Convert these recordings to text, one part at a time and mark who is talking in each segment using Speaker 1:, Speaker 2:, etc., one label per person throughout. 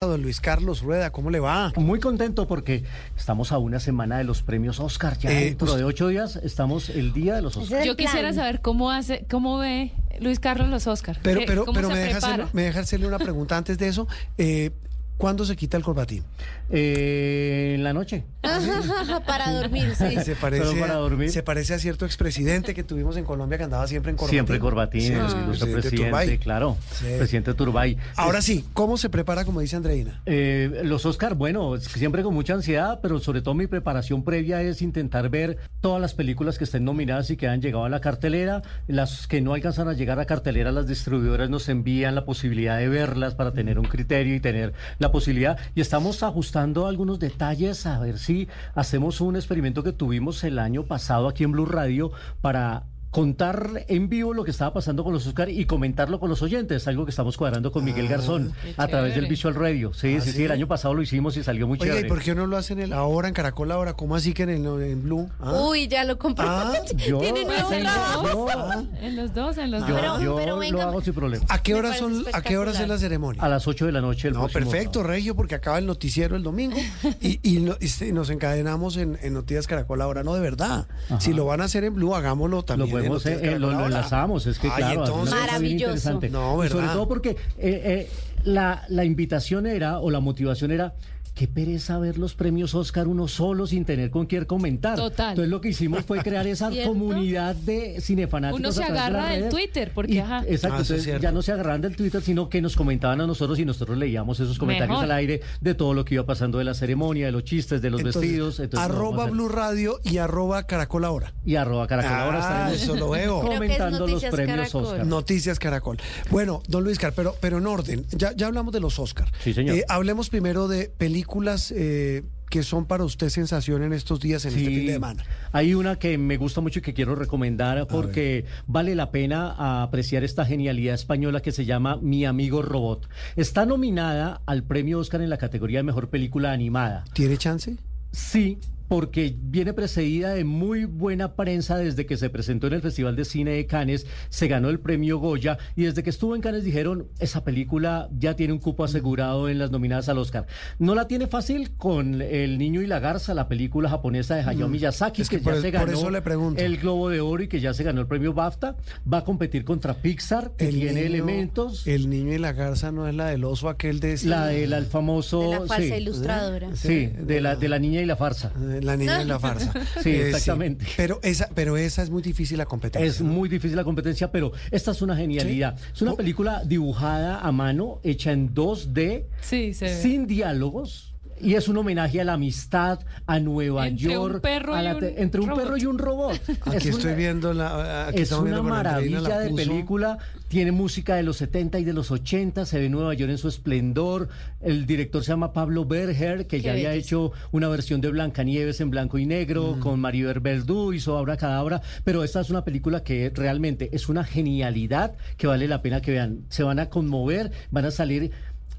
Speaker 1: Don Luis Carlos Rueda, ¿cómo le va?
Speaker 2: Muy contento porque estamos a una semana de los premios Oscar. Ya
Speaker 1: Eh,
Speaker 2: dentro
Speaker 1: pues-
Speaker 2: de ocho días estamos el día de los Oscar.
Speaker 3: Ese-
Speaker 4: Yo
Speaker 3: el
Speaker 4: quisiera
Speaker 3: plan.
Speaker 4: saber cómo hace, cómo ve Luis Carlos los Oscar.
Speaker 1: Pero,
Speaker 3: Eh,
Speaker 4: ¿Qué-
Speaker 1: pero,
Speaker 4: cómo
Speaker 1: pero
Speaker 4: se
Speaker 1: me, deja
Speaker 4: prepara?
Speaker 1: hacerle, me deja hacerle una pregunta antes de eso. Eh, ¿Cuándo se quita el corbatín?
Speaker 2: Eh, en la noche.
Speaker 3: para dormirse.
Speaker 1: Se parece,
Speaker 2: Solo para dormir.
Speaker 1: se parece a cierto expresidente que tuvimos en Colombia que andaba siempre en corbatín.
Speaker 2: Siempre corbatín,
Speaker 1: Sí,
Speaker 2: el
Speaker 1: el
Speaker 2: ilustre
Speaker 1: presidente
Speaker 2: presidente,
Speaker 1: Turbay.
Speaker 2: claro.
Speaker 1: Sí.
Speaker 2: Presidente Turbay.
Speaker 1: Ahora sí, ¿cómo se prepara, como dice Andreina?
Speaker 2: Eh, los Oscar, bueno, es que siempre con mucha ansiedad, pero sobre todo mi preparación previa es intentar ver todas las películas que estén nominadas y que han llegado a la cartelera. Las que no alcanzan a llegar a cartelera, las distribuidoras nos envían la posibilidad de verlas para tener un criterio y tener la posibilidad. Y estamos ajustando algunos detalles a ver si hacemos un experimento que tuvimos el año pasado aquí en Blue Radio para contar en vivo lo que estaba pasando con los Oscar y comentarlo con los oyentes, algo que estamos cuadrando con Miguel Garzón
Speaker 4: Ah, qué
Speaker 2: a través del
Speaker 4: chévere.
Speaker 2: Visual Radio. Sí,
Speaker 1: ¿Ah,
Speaker 2: sí,
Speaker 1: sí?
Speaker 2: sí, el año pasado lo hicimos y salió muy
Speaker 1: Oiga, ¿y
Speaker 2: chévere.
Speaker 1: por qué no lo hacen el, ahora en Caracol ahora? ¿Cómo así que en, el, en Blue? ¿Ah?
Speaker 3: Uy, ya lo compré.
Speaker 1: Ah,
Speaker 2: yo-
Speaker 3: Tienen
Speaker 4: Pues
Speaker 3: nuevo
Speaker 4: en
Speaker 3: trabajo.
Speaker 4: los dos,
Speaker 1: Ah.
Speaker 4: en los dos, en los
Speaker 2: Yo,
Speaker 4: dos.
Speaker 3: Pero-
Speaker 2: yo
Speaker 3: pero Ah,
Speaker 2: lo
Speaker 3: venga.
Speaker 2: hago sin problema.
Speaker 1: ¿A qué
Speaker 3: Me
Speaker 1: hora
Speaker 3: parece
Speaker 1: son, a qué horas es la
Speaker 3: espectacular.
Speaker 1: ceremonia?
Speaker 2: A las 8 de la noche el
Speaker 1: No,
Speaker 2: próximo
Speaker 1: perfecto,
Speaker 2: sábado.
Speaker 1: Regio, porque acaba el noticiero el domingo y, y no- y se- nos encadenamos en, en Noticias Caracol ahora. No, de verdad.
Speaker 2: Ajá.
Speaker 1: Si lo van a hacer en Blue, hagámoslo también.
Speaker 2: Lo podemos,
Speaker 1: en Noticias
Speaker 2: eh, eh, lo,
Speaker 1: Caracol
Speaker 2: lo
Speaker 1: ahora.
Speaker 2: enlazamos, es que
Speaker 1: Ay,
Speaker 2: claro. es una
Speaker 1: entonces,
Speaker 2: cosa bien
Speaker 3: Maravilloso.
Speaker 2: interesante.
Speaker 1: No,
Speaker 2: Y sobre
Speaker 1: ¿verdad?
Speaker 2: todo porque eh, eh, la, la invitación era, o la motivación era, qué pereza ver los premios Oscar uno solo sin tener con quién comentar.
Speaker 4: Total.
Speaker 2: Entonces lo que hicimos fue crear esa
Speaker 4: ¿Cierto?
Speaker 2: comunidad de cinefanáticos.
Speaker 4: Uno se
Speaker 2: a través de
Speaker 4: agarra
Speaker 2: las
Speaker 4: del
Speaker 2: redes.
Speaker 4: Twitter, porque,
Speaker 2: Y-
Speaker 4: ajá.
Speaker 2: Exacto,
Speaker 1: Ah, eso es
Speaker 2: entonces
Speaker 1: cierto.
Speaker 2: ya no se agarraban del Twitter, sino que nos comentaban a nosotros y nosotros leíamos esos comentarios
Speaker 4: Mejor.
Speaker 2: al aire de todo lo que iba pasando de la ceremonia, de los chistes, de los
Speaker 1: Entonces,
Speaker 2: vestidos. Entonces, lo vamos a
Speaker 1: arroba
Speaker 2: hacer.
Speaker 1: Blue Radio y arroba Caracol ahora.
Speaker 2: Y arroba caracol. Ahora
Speaker 1: Ah,
Speaker 2: estaremos
Speaker 1: eso lo veo.
Speaker 3: Creo que es
Speaker 2: comentando los
Speaker 3: Noticias
Speaker 2: premios
Speaker 3: Caracol.
Speaker 2: Oscar.
Speaker 1: Noticias Caracol. Bueno, don Luis Car, pero, pero en orden, ya, ya hablamos de los Oscar.
Speaker 2: Sí, señor.
Speaker 1: Eh, hablemos primero de películas eh, que son para usted sensación en estos días, en este
Speaker 2: Sí,
Speaker 1: fin de semana.
Speaker 2: Hay una que me gusta mucho y que quiero recomendar porque vale la pena apreciar esta genialidad española que se llama Mi amigo robot. Está nominada al premio Oscar en la categoría de mejor película animada.
Speaker 1: ¿Tiene chance?
Speaker 2: Sí, porque viene precedida de muy buena prensa desde que se presentó en el Festival de Cine de Cannes, se ganó el premio Goya y desde que estuvo en Cannes dijeron, esa película ya tiene un cupo asegurado en las nominadas al Oscar. No la tiene fácil con El Niño y la Garza, la película japonesa de Hayao Miyazaki,
Speaker 1: Mm. Es que
Speaker 2: que,
Speaker 1: por
Speaker 2: ya
Speaker 1: es-
Speaker 2: se
Speaker 1: por
Speaker 2: ganó
Speaker 1: eso le pregunto.
Speaker 2: el Globo de Oro y que ya se ganó el premio BAFTA. Va a competir contra Pixar, que tiene
Speaker 1: niño-
Speaker 2: elementos.
Speaker 1: El niño y la garza no es la del oso aquel de este-
Speaker 2: la del al famoso...
Speaker 3: De la falsa
Speaker 2: sí,
Speaker 3: ilustradora.
Speaker 2: sí, de la, de la niña y la farsa.
Speaker 1: Eh, La niña y la farsa. Eh,
Speaker 2: Sí, exactamente.
Speaker 1: Pero esa, pero esa es muy difícil la competencia.
Speaker 2: Es
Speaker 1: ¿no?
Speaker 2: muy difícil la competencia, pero esta es una genialidad.
Speaker 1: Sí.
Speaker 2: Es una
Speaker 1: Oh.
Speaker 2: película dibujada a mano, hecha en 2D,
Speaker 4: Sí, se ve.
Speaker 2: sin diálogos. Y es un homenaje a la amistad, a Nueva
Speaker 4: Entre un
Speaker 2: York,
Speaker 4: perro
Speaker 2: a
Speaker 4: y
Speaker 2: la
Speaker 4: un
Speaker 2: te- entre un
Speaker 4: robot.
Speaker 2: perro y un robot. Es
Speaker 1: Aquí
Speaker 2: una-
Speaker 1: estoy viendo la. aquí
Speaker 2: es
Speaker 1: estamos
Speaker 2: una
Speaker 1: viendo con Andreina,
Speaker 2: maravilla
Speaker 1: la
Speaker 2: de
Speaker 1: puso.
Speaker 2: película, tiene música de los 70 y de los 80, se ve Nueva York en su esplendor, el director se llama Pablo Berger, que
Speaker 3: Qué
Speaker 2: ya había
Speaker 3: belleza.
Speaker 2: hecho una versión de Blancanieves en blanco y negro,
Speaker 1: Mm.
Speaker 2: con Maribel Verdú, hizo Abra Cadabra, pero esta es una película que realmente es una genialidad que vale la pena que vean, se van a conmover, van a salir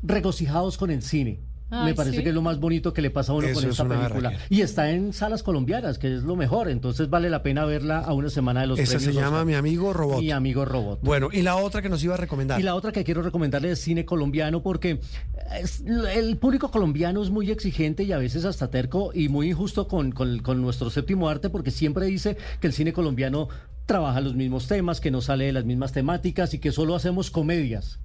Speaker 2: regocijados con el cine.
Speaker 4: Ay,
Speaker 2: Me parece
Speaker 4: sí.
Speaker 2: que es lo más bonito que le pasa a uno
Speaker 1: Eso
Speaker 2: con
Speaker 1: es
Speaker 2: esta
Speaker 1: una
Speaker 2: película.
Speaker 1: barraquera.
Speaker 2: Y está en salas colombianas, que es lo mejor. Entonces vale la pena verla a una semana de los
Speaker 1: Esa se
Speaker 2: premios
Speaker 1: llama
Speaker 2: Oscar.
Speaker 1: Mi amigo robot.
Speaker 2: Mi amigo robot.
Speaker 1: Bueno, y la otra que nos iba a recomendar.
Speaker 2: Y la otra que quiero recomendarle es cine colombiano porque es- el público colombiano es muy exigente y a veces hasta terco y muy injusto con, con- con nuestro séptimo arte porque siempre dice que el cine colombiano trabaja los mismos temas, que no sale de las mismas temáticas y que solo hacemos comedias.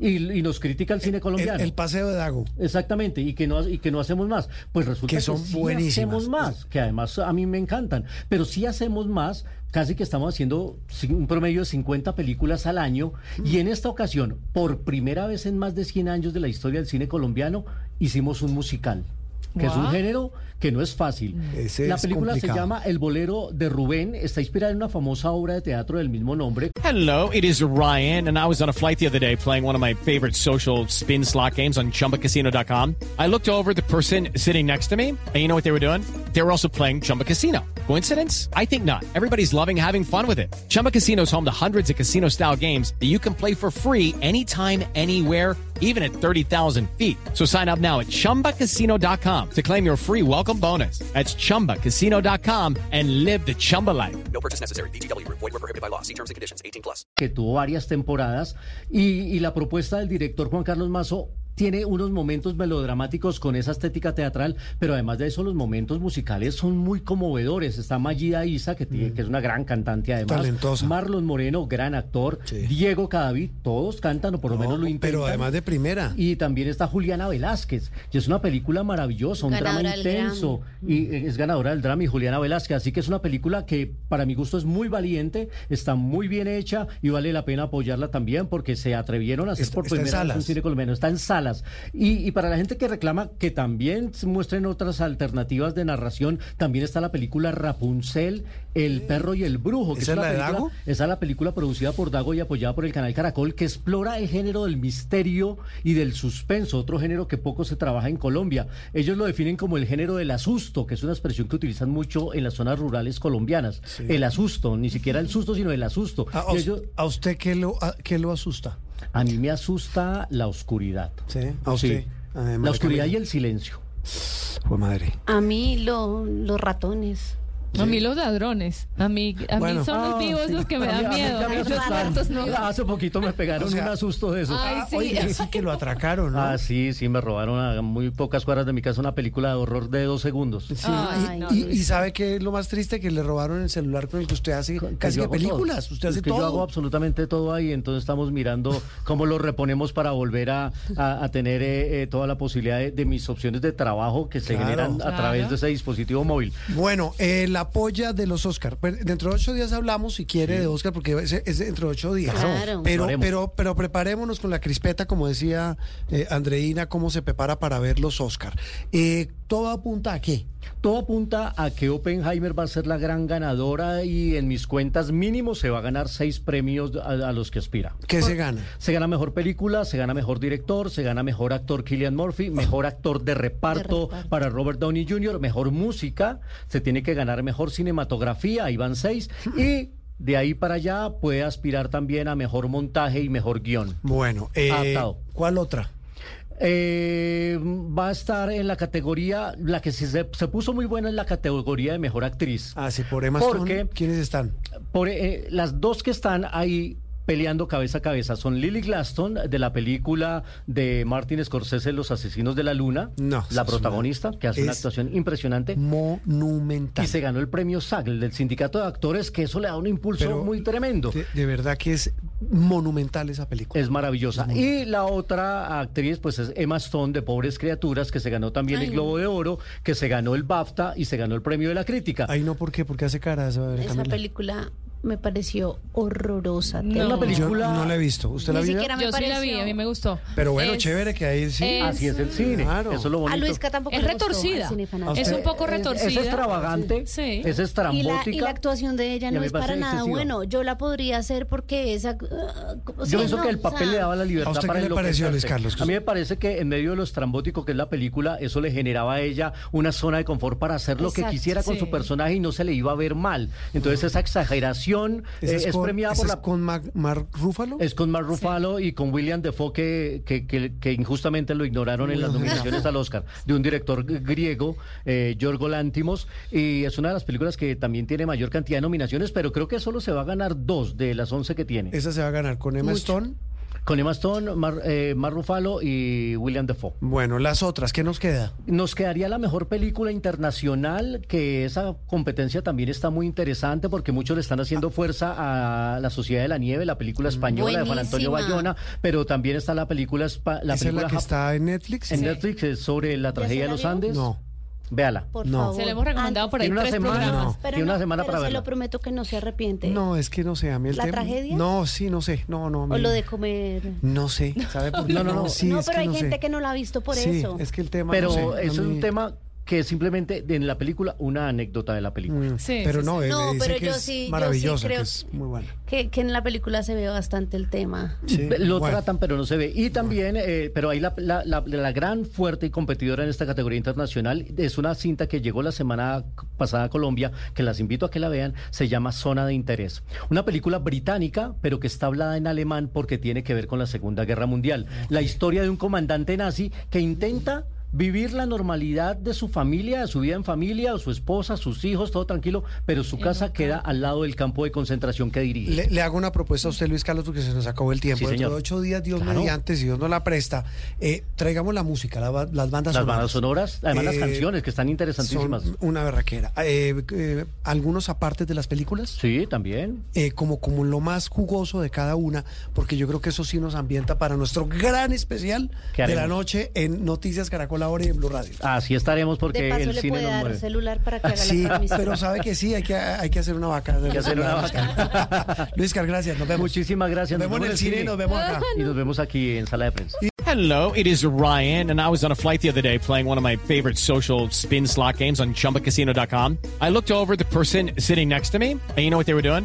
Speaker 2: Y, y nos critica el
Speaker 1: Mm.
Speaker 2: cine
Speaker 1: el,
Speaker 2: colombiano.
Speaker 1: el paseo de Dago.
Speaker 2: Exactamente, y que no, y que no hacemos más. Pues resulta
Speaker 1: Que
Speaker 2: que,
Speaker 1: son
Speaker 2: sí
Speaker 1: buenísimas.
Speaker 2: hacemos más, que además a mí me encantan. Pero sí hacemos más, casi que estamos haciendo ci- un promedio de 50 películas al año.
Speaker 1: Mm.
Speaker 2: Y en esta ocasión, por primera vez en más de 100 años de la historia del cine colombiano, hicimos un musical. Que es un
Speaker 4: Guau.
Speaker 2: género que no es fácil.
Speaker 1: Ese
Speaker 2: la
Speaker 1: es
Speaker 2: película
Speaker 1: complicado.
Speaker 2: se llama El bolero de Rubén, está inspirada en una famosa obra de teatro del mismo nombre,
Speaker 5: Hello, it is Ryan, and I was on a flight the other day playing one of my favorite social spin slot games on chumbacasino.com. I looked over at the person sitting next to me, and you know what they were doing? They were also playing Chumba Casino. Coincidence? I think not. Everybody's loving having fun with it. Chumba Casino is home to hundreds of casino style games that you can play for free anytime, anywhere even at 30,000 feet. So sign up now at ChumbaCasino.com to claim your free welcome bonus. That's ChumbaCasino.com and live the Chumba life.
Speaker 6: No purchase necessary. BGW. Void were prohibited by law. See terms and conditions. 18 plus.
Speaker 2: que tuvo varias temporadas, y, y la propuesta del director Juan Carlos Mazo tiene unos momentos melodramáticos con esa estética teatral, pero además de eso los momentos musicales son muy conmovedores. Está Mayida Isa, que, tiene- que es una gran cantante además.
Speaker 1: Mm. Talentosa.
Speaker 2: Marlon Moreno, gran actor.
Speaker 1: Sí.
Speaker 2: Diego Cadavid, todos cantan o por lo menos lo
Speaker 1: No,
Speaker 2: intentan.
Speaker 1: pero además de primera.
Speaker 2: Y también está Juliana Velázquez, que es una película maravillosa, un
Speaker 3: Ganadora
Speaker 2: drama
Speaker 3: del Mm.
Speaker 2: intenso. Y eh, es ganadora del drama y Juliana Velázquez. Así que es una película que para mi gusto es muy valiente, está muy bien hecha y vale la pena apoyarla también porque se atrevieron a hacer
Speaker 1: Está-
Speaker 2: por
Speaker 1: está en
Speaker 2: primera vez un
Speaker 1: salas.
Speaker 2: cine colombiano. Está en salas. Y, y para la gente que reclama que también se muestren otras alternativas de narración, también está la película Rapunzel, El perro y el brujo.
Speaker 1: ¿Esa es
Speaker 2: una
Speaker 1: la de
Speaker 2: película-
Speaker 1: Dago?
Speaker 2: esa es la película producida por Dago y apoyada por el canal Caracol que explora el género del misterio y del suspenso, otro género que poco se trabaja en Colombia. Ellos lo definen como el género del asusto, que es una expresión que utilizan mucho en las zonas rurales colombianas. El asusto, ni siquiera el susto, sino el asusto.
Speaker 1: ¿A,
Speaker 2: Y
Speaker 1: Ah, os-
Speaker 2: ellos-
Speaker 1: a usted qué lo, a- qué lo asusta?
Speaker 2: a mí me asusta la oscuridad.
Speaker 1: Sí, a usted. Además,
Speaker 2: La oscuridad
Speaker 1: Camila.
Speaker 2: y el silencio.
Speaker 1: Jue madre.
Speaker 3: A mí lo- los ratones.
Speaker 4: A mí los ladrones. A mí, a
Speaker 1: Bueno. Ah,
Speaker 4: mí son los vivos los que me dan miedo.
Speaker 3: mí Los lagartos no.
Speaker 2: Hace poquito me pegaron
Speaker 1: O sea,
Speaker 2: un asusto de esos.
Speaker 4: Ay, sí.
Speaker 1: Oye, sí que lo atracaron, ¿no?
Speaker 2: Ah, sí, sí, me robaron a muy pocas cuadras de mi casa una película de horror de dos segundos.
Speaker 1: Sí,
Speaker 3: Ay,
Speaker 1: y,
Speaker 3: no,
Speaker 1: y- y sabe que es lo más triste que le robaron el celular con el que usted hace
Speaker 2: Que
Speaker 1: casi
Speaker 2: yo
Speaker 1: que
Speaker 2: hago todo.
Speaker 1: películas, usted
Speaker 2: Es
Speaker 1: hace
Speaker 2: que Yo hago
Speaker 1: todo.
Speaker 2: absolutamente todo ahí, entonces estamos mirando cómo lo reponemos para volver a, a- a tener eh, eh, toda la posibilidad de, de mis opciones de trabajo que se
Speaker 1: Claro.
Speaker 2: generan a
Speaker 4: Claro.
Speaker 2: través de ese dispositivo móvil.
Speaker 1: Bueno, eh, la polla de los Oscar. Pero Dentro de ocho días hablamos, si quiere, de Oscar, porque es, es dentro de ocho días.
Speaker 3: Claro.
Speaker 1: Pero,
Speaker 2: Lo haremos.
Speaker 1: pero, pero preparémonos con la crispeta, como decía eh, Andreina, cómo se prepara para ver los Oscar. Eh, todo apunta a qué.
Speaker 2: Todo apunta a que Oppenheimer va a ser la gran ganadora y en mis cuentas mínimo se va a ganar seis premios a- a los que aspira.
Speaker 1: ¿Qué se gana?
Speaker 2: Se gana mejor película, se gana mejor director, se gana mejor actor Killian Murphy, mejor actor de reparto,
Speaker 3: reparto.
Speaker 2: para Robert Downey Jr., mejor música, se tiene que ganar mejor cinematografía, ahí van seis, y de ahí para allá puede aspirar también a mejor montaje y mejor guión.
Speaker 1: Bueno, eh,
Speaker 2: Adaptado.
Speaker 1: ¿cuál otra?
Speaker 2: Eh, va a estar en la categoría, la que sí se, se puso muy buena en la categoría de mejor actriz.
Speaker 1: Ah, sí, por Emma
Speaker 2: Porque-
Speaker 1: Stone, ¿quiénes están?
Speaker 2: Por, eh, las dos que están ahí peleando cabeza a cabeza son Lily Glaston de la película de Martin Scorsese Los asesinos de la luna,
Speaker 1: No, esa es una-
Speaker 2: la protagonista que hace una
Speaker 1: es-
Speaker 2: actuación impresionante
Speaker 1: Monumental.
Speaker 2: y se ganó el premio SAG el del sindicato de actores que eso le da un impulso
Speaker 1: Pero-
Speaker 2: muy tremendo.
Speaker 1: De, de verdad que es monumental esa película.
Speaker 2: Es maravillosa. Y la otra actriz, pues es Emma Stone de Pobres Criaturas, que se ganó también
Speaker 3: Ay,
Speaker 2: el
Speaker 3: no.
Speaker 2: Globo de Oro, que se ganó el BAFTA y se ganó el premio de la crítica.
Speaker 1: Ay, no, ¿por qué? Porque hace cara esa,
Speaker 3: Esa
Speaker 1: Camila?
Speaker 3: película me pareció horrorosa.
Speaker 4: No.
Speaker 3: te
Speaker 2: Es una
Speaker 3: lo juro.
Speaker 1: Yo
Speaker 2: película-
Speaker 1: no la he visto. ¿Usted la
Speaker 3: Ni
Speaker 1: vio?
Speaker 3: siquiera me
Speaker 4: Yo sí la vi,
Speaker 3: pareció.
Speaker 4: a mí me gustó.
Speaker 1: Pero bueno,
Speaker 4: Es-
Speaker 1: chévere que ahí sí.
Speaker 4: es-
Speaker 2: Así es el cine.
Speaker 1: Claro.
Speaker 2: Eso es lo
Speaker 3: A
Speaker 2: bonito.
Speaker 3: Luisca tampoco
Speaker 4: Es
Speaker 3: le gustó,
Speaker 4: retorcida.
Speaker 3: al cinefanato.
Speaker 1: A
Speaker 4: Es
Speaker 1: usted-
Speaker 4: un poco
Speaker 2: Es
Speaker 4: retorcida.
Speaker 2: extravagante,
Speaker 4: Sí.
Speaker 2: es
Speaker 3: Y la,
Speaker 2: estrambótica.
Speaker 3: y la actuación de ella
Speaker 2: y a
Speaker 3: no
Speaker 2: mí
Speaker 3: es
Speaker 2: me
Speaker 3: para
Speaker 2: parece
Speaker 3: nada
Speaker 2: excesiva.
Speaker 3: bueno. Yo la podría hacer porque esa. ah, o
Speaker 2: Yo
Speaker 3: sea,
Speaker 2: pienso
Speaker 3: no,
Speaker 2: que el
Speaker 3: o sea,
Speaker 2: papel le daba la libertad
Speaker 1: ¿A usted
Speaker 2: para
Speaker 1: qué le pareció, Luis
Speaker 2: enloquecerse.
Speaker 1: Carlos?
Speaker 2: A mí me parece que en medio de lo estrambótico que es la película, eso le generaba a ella una zona de confort para hacer lo que
Speaker 3: Exacto,
Speaker 2: quisiera con
Speaker 4: sí.
Speaker 2: su personaje y no se le iba a ver mal. Entonces esa exageración
Speaker 1: ¿Esa
Speaker 2: eh, es,
Speaker 1: con,
Speaker 2: premiada
Speaker 1: esa
Speaker 2: por
Speaker 1: es
Speaker 2: la...
Speaker 1: con Mark, Mark Ruffalo?
Speaker 2: Es con Mark Ruffalo y con William Defoe que, que, que- que injustamente lo ignoraron en las
Speaker 1: William
Speaker 2: nominaciones al Oscar de un director griego, eh, Yorgo Lántimos, y es una de las películas que también tiene mayor cantidad de nominaciones, pero creo que solo se va a ganar dos de las once que tiene.
Speaker 1: Esa se va a ganar con Emma Stone.
Speaker 2: Con Emma Stone, Mar, eh, Mark Ruffalo y William Defoe.
Speaker 1: Bueno, las otras, ¿qué nos queda?
Speaker 2: Nos quedaría la mejor película internacional, que esa competencia también está muy interesante porque muchos le están haciendo
Speaker 3: Ah.
Speaker 2: fuerza a La Sociedad de la Nieve, la película española de Juan Antonio
Speaker 3: Mm. Buenísima.
Speaker 2: Bayona, pero también está la película, espa-
Speaker 1: ¿Esa
Speaker 2: la
Speaker 1: es
Speaker 2: película
Speaker 1: la que
Speaker 2: jap-
Speaker 1: está en Netflix?
Speaker 2: en Netflix eh, sobre la tragedia de
Speaker 3: la
Speaker 2: los
Speaker 3: vio?
Speaker 2: Andes.
Speaker 1: No.
Speaker 2: Véala.
Speaker 3: Por
Speaker 1: No.
Speaker 3: favor.
Speaker 4: Se le hemos recomendado por ahí
Speaker 2: Tiene una
Speaker 4: tres
Speaker 2: semana.
Speaker 4: programas.
Speaker 1: No.
Speaker 3: Pero
Speaker 2: Tiene una
Speaker 3: no,
Speaker 2: semana
Speaker 3: pero
Speaker 2: para
Speaker 3: se
Speaker 2: verla.
Speaker 3: lo prometo que no se arrepiente.
Speaker 1: No, es que no sé, a mí el
Speaker 3: ¿La
Speaker 1: tema-
Speaker 3: tragedia?
Speaker 1: No, sí, no sé. No, no. a
Speaker 3: O
Speaker 1: mí-
Speaker 3: lo de comer.
Speaker 1: No sé. ¿Sabe por qué?
Speaker 2: No, no, no.
Speaker 1: Sí,
Speaker 3: no,
Speaker 1: es
Speaker 3: pero
Speaker 1: que
Speaker 3: hay
Speaker 1: no
Speaker 3: gente
Speaker 1: sé.
Speaker 3: que no la ha visto por
Speaker 1: sí,
Speaker 3: eso.
Speaker 1: es que el tema.
Speaker 2: Pero
Speaker 1: no sé, a
Speaker 2: es un
Speaker 1: mí-
Speaker 2: tema que simplemente en la película, una anécdota de la película.
Speaker 1: Mm,
Speaker 4: Sí,
Speaker 1: pero
Speaker 4: sí,
Speaker 1: no,
Speaker 3: sí.
Speaker 1: eh,
Speaker 3: No,
Speaker 1: me dicen
Speaker 3: pero
Speaker 1: que
Speaker 3: yo
Speaker 1: es
Speaker 3: sí- yo sí
Speaker 1: maravillosa, que
Speaker 3: creo-
Speaker 1: es muy buena.
Speaker 3: Que, que en la película se ve bastante el tema.
Speaker 1: Sí,
Speaker 2: Lo
Speaker 1: bueno.
Speaker 2: tratan, pero no se ve. Y también, eh, pero ahí la, la- la- la gran fuerte y competidora en esta categoría internacional es una cinta que llegó la semana pasada a Colombia, que las invito a que la vean, se llama Zona de Interés. Una película británica, pero que está hablada en alemán porque tiene que ver con la Segunda Guerra Mundial. La historia de un comandante nazi que intenta vivir la normalidad de su familia, de su vida en familia, o su esposa, sus hijos, todo tranquilo, pero su casa queda al lado del campo de concentración que dirige.
Speaker 1: Le, le hago una propuesta a usted, Luis Carlos, porque se nos acabó el tiempo.
Speaker 2: Sí,
Speaker 1: Dentro de
Speaker 2: señor.
Speaker 1: ocho días, Dios
Speaker 2: Claro.
Speaker 1: mediante, si Dios nos la presta, eh, traigamos la música, la ba- las bandas
Speaker 2: Las
Speaker 1: sonoras.
Speaker 2: bandas sonoras, además
Speaker 1: Eh,
Speaker 2: las canciones que están
Speaker 1: Son
Speaker 2: interesantísimas.
Speaker 1: una berraquera. Eh, eh, algunos apartes de las películas.
Speaker 2: Sí, también.
Speaker 1: eh, como, como lo más jugoso de cada una, porque yo creo que eso sí nos ambienta para nuestro gran especial
Speaker 2: ¿Qué
Speaker 1: de la
Speaker 2: haremos? Ah,
Speaker 1: noche en Noticias Caracol ahora y en Blue Radio.
Speaker 2: Así estaremos porque
Speaker 3: de paso
Speaker 2: el
Speaker 3: le
Speaker 2: cine
Speaker 3: puede
Speaker 2: nos
Speaker 3: dar
Speaker 2: mueve.
Speaker 3: celular para que haga
Speaker 1: Ah, Sí,
Speaker 3: la transmisión.
Speaker 1: pero sabe que sí, hay que, hay que hacer una vaca.
Speaker 2: que hacer una vaca.
Speaker 1: Luis Car, gracias, nos vemos.
Speaker 2: Muchísimas gracias.
Speaker 1: Nos vemos en el cine y nos vemos acá.
Speaker 2: Y nos vemos aquí en sala de prensa.
Speaker 5: Hello, it is Ryan, and I was on a flight the other day playing one of my favorite social spin slot games on chumbacasino.com. I looked over at the person sitting next to me, and you know what they were doing?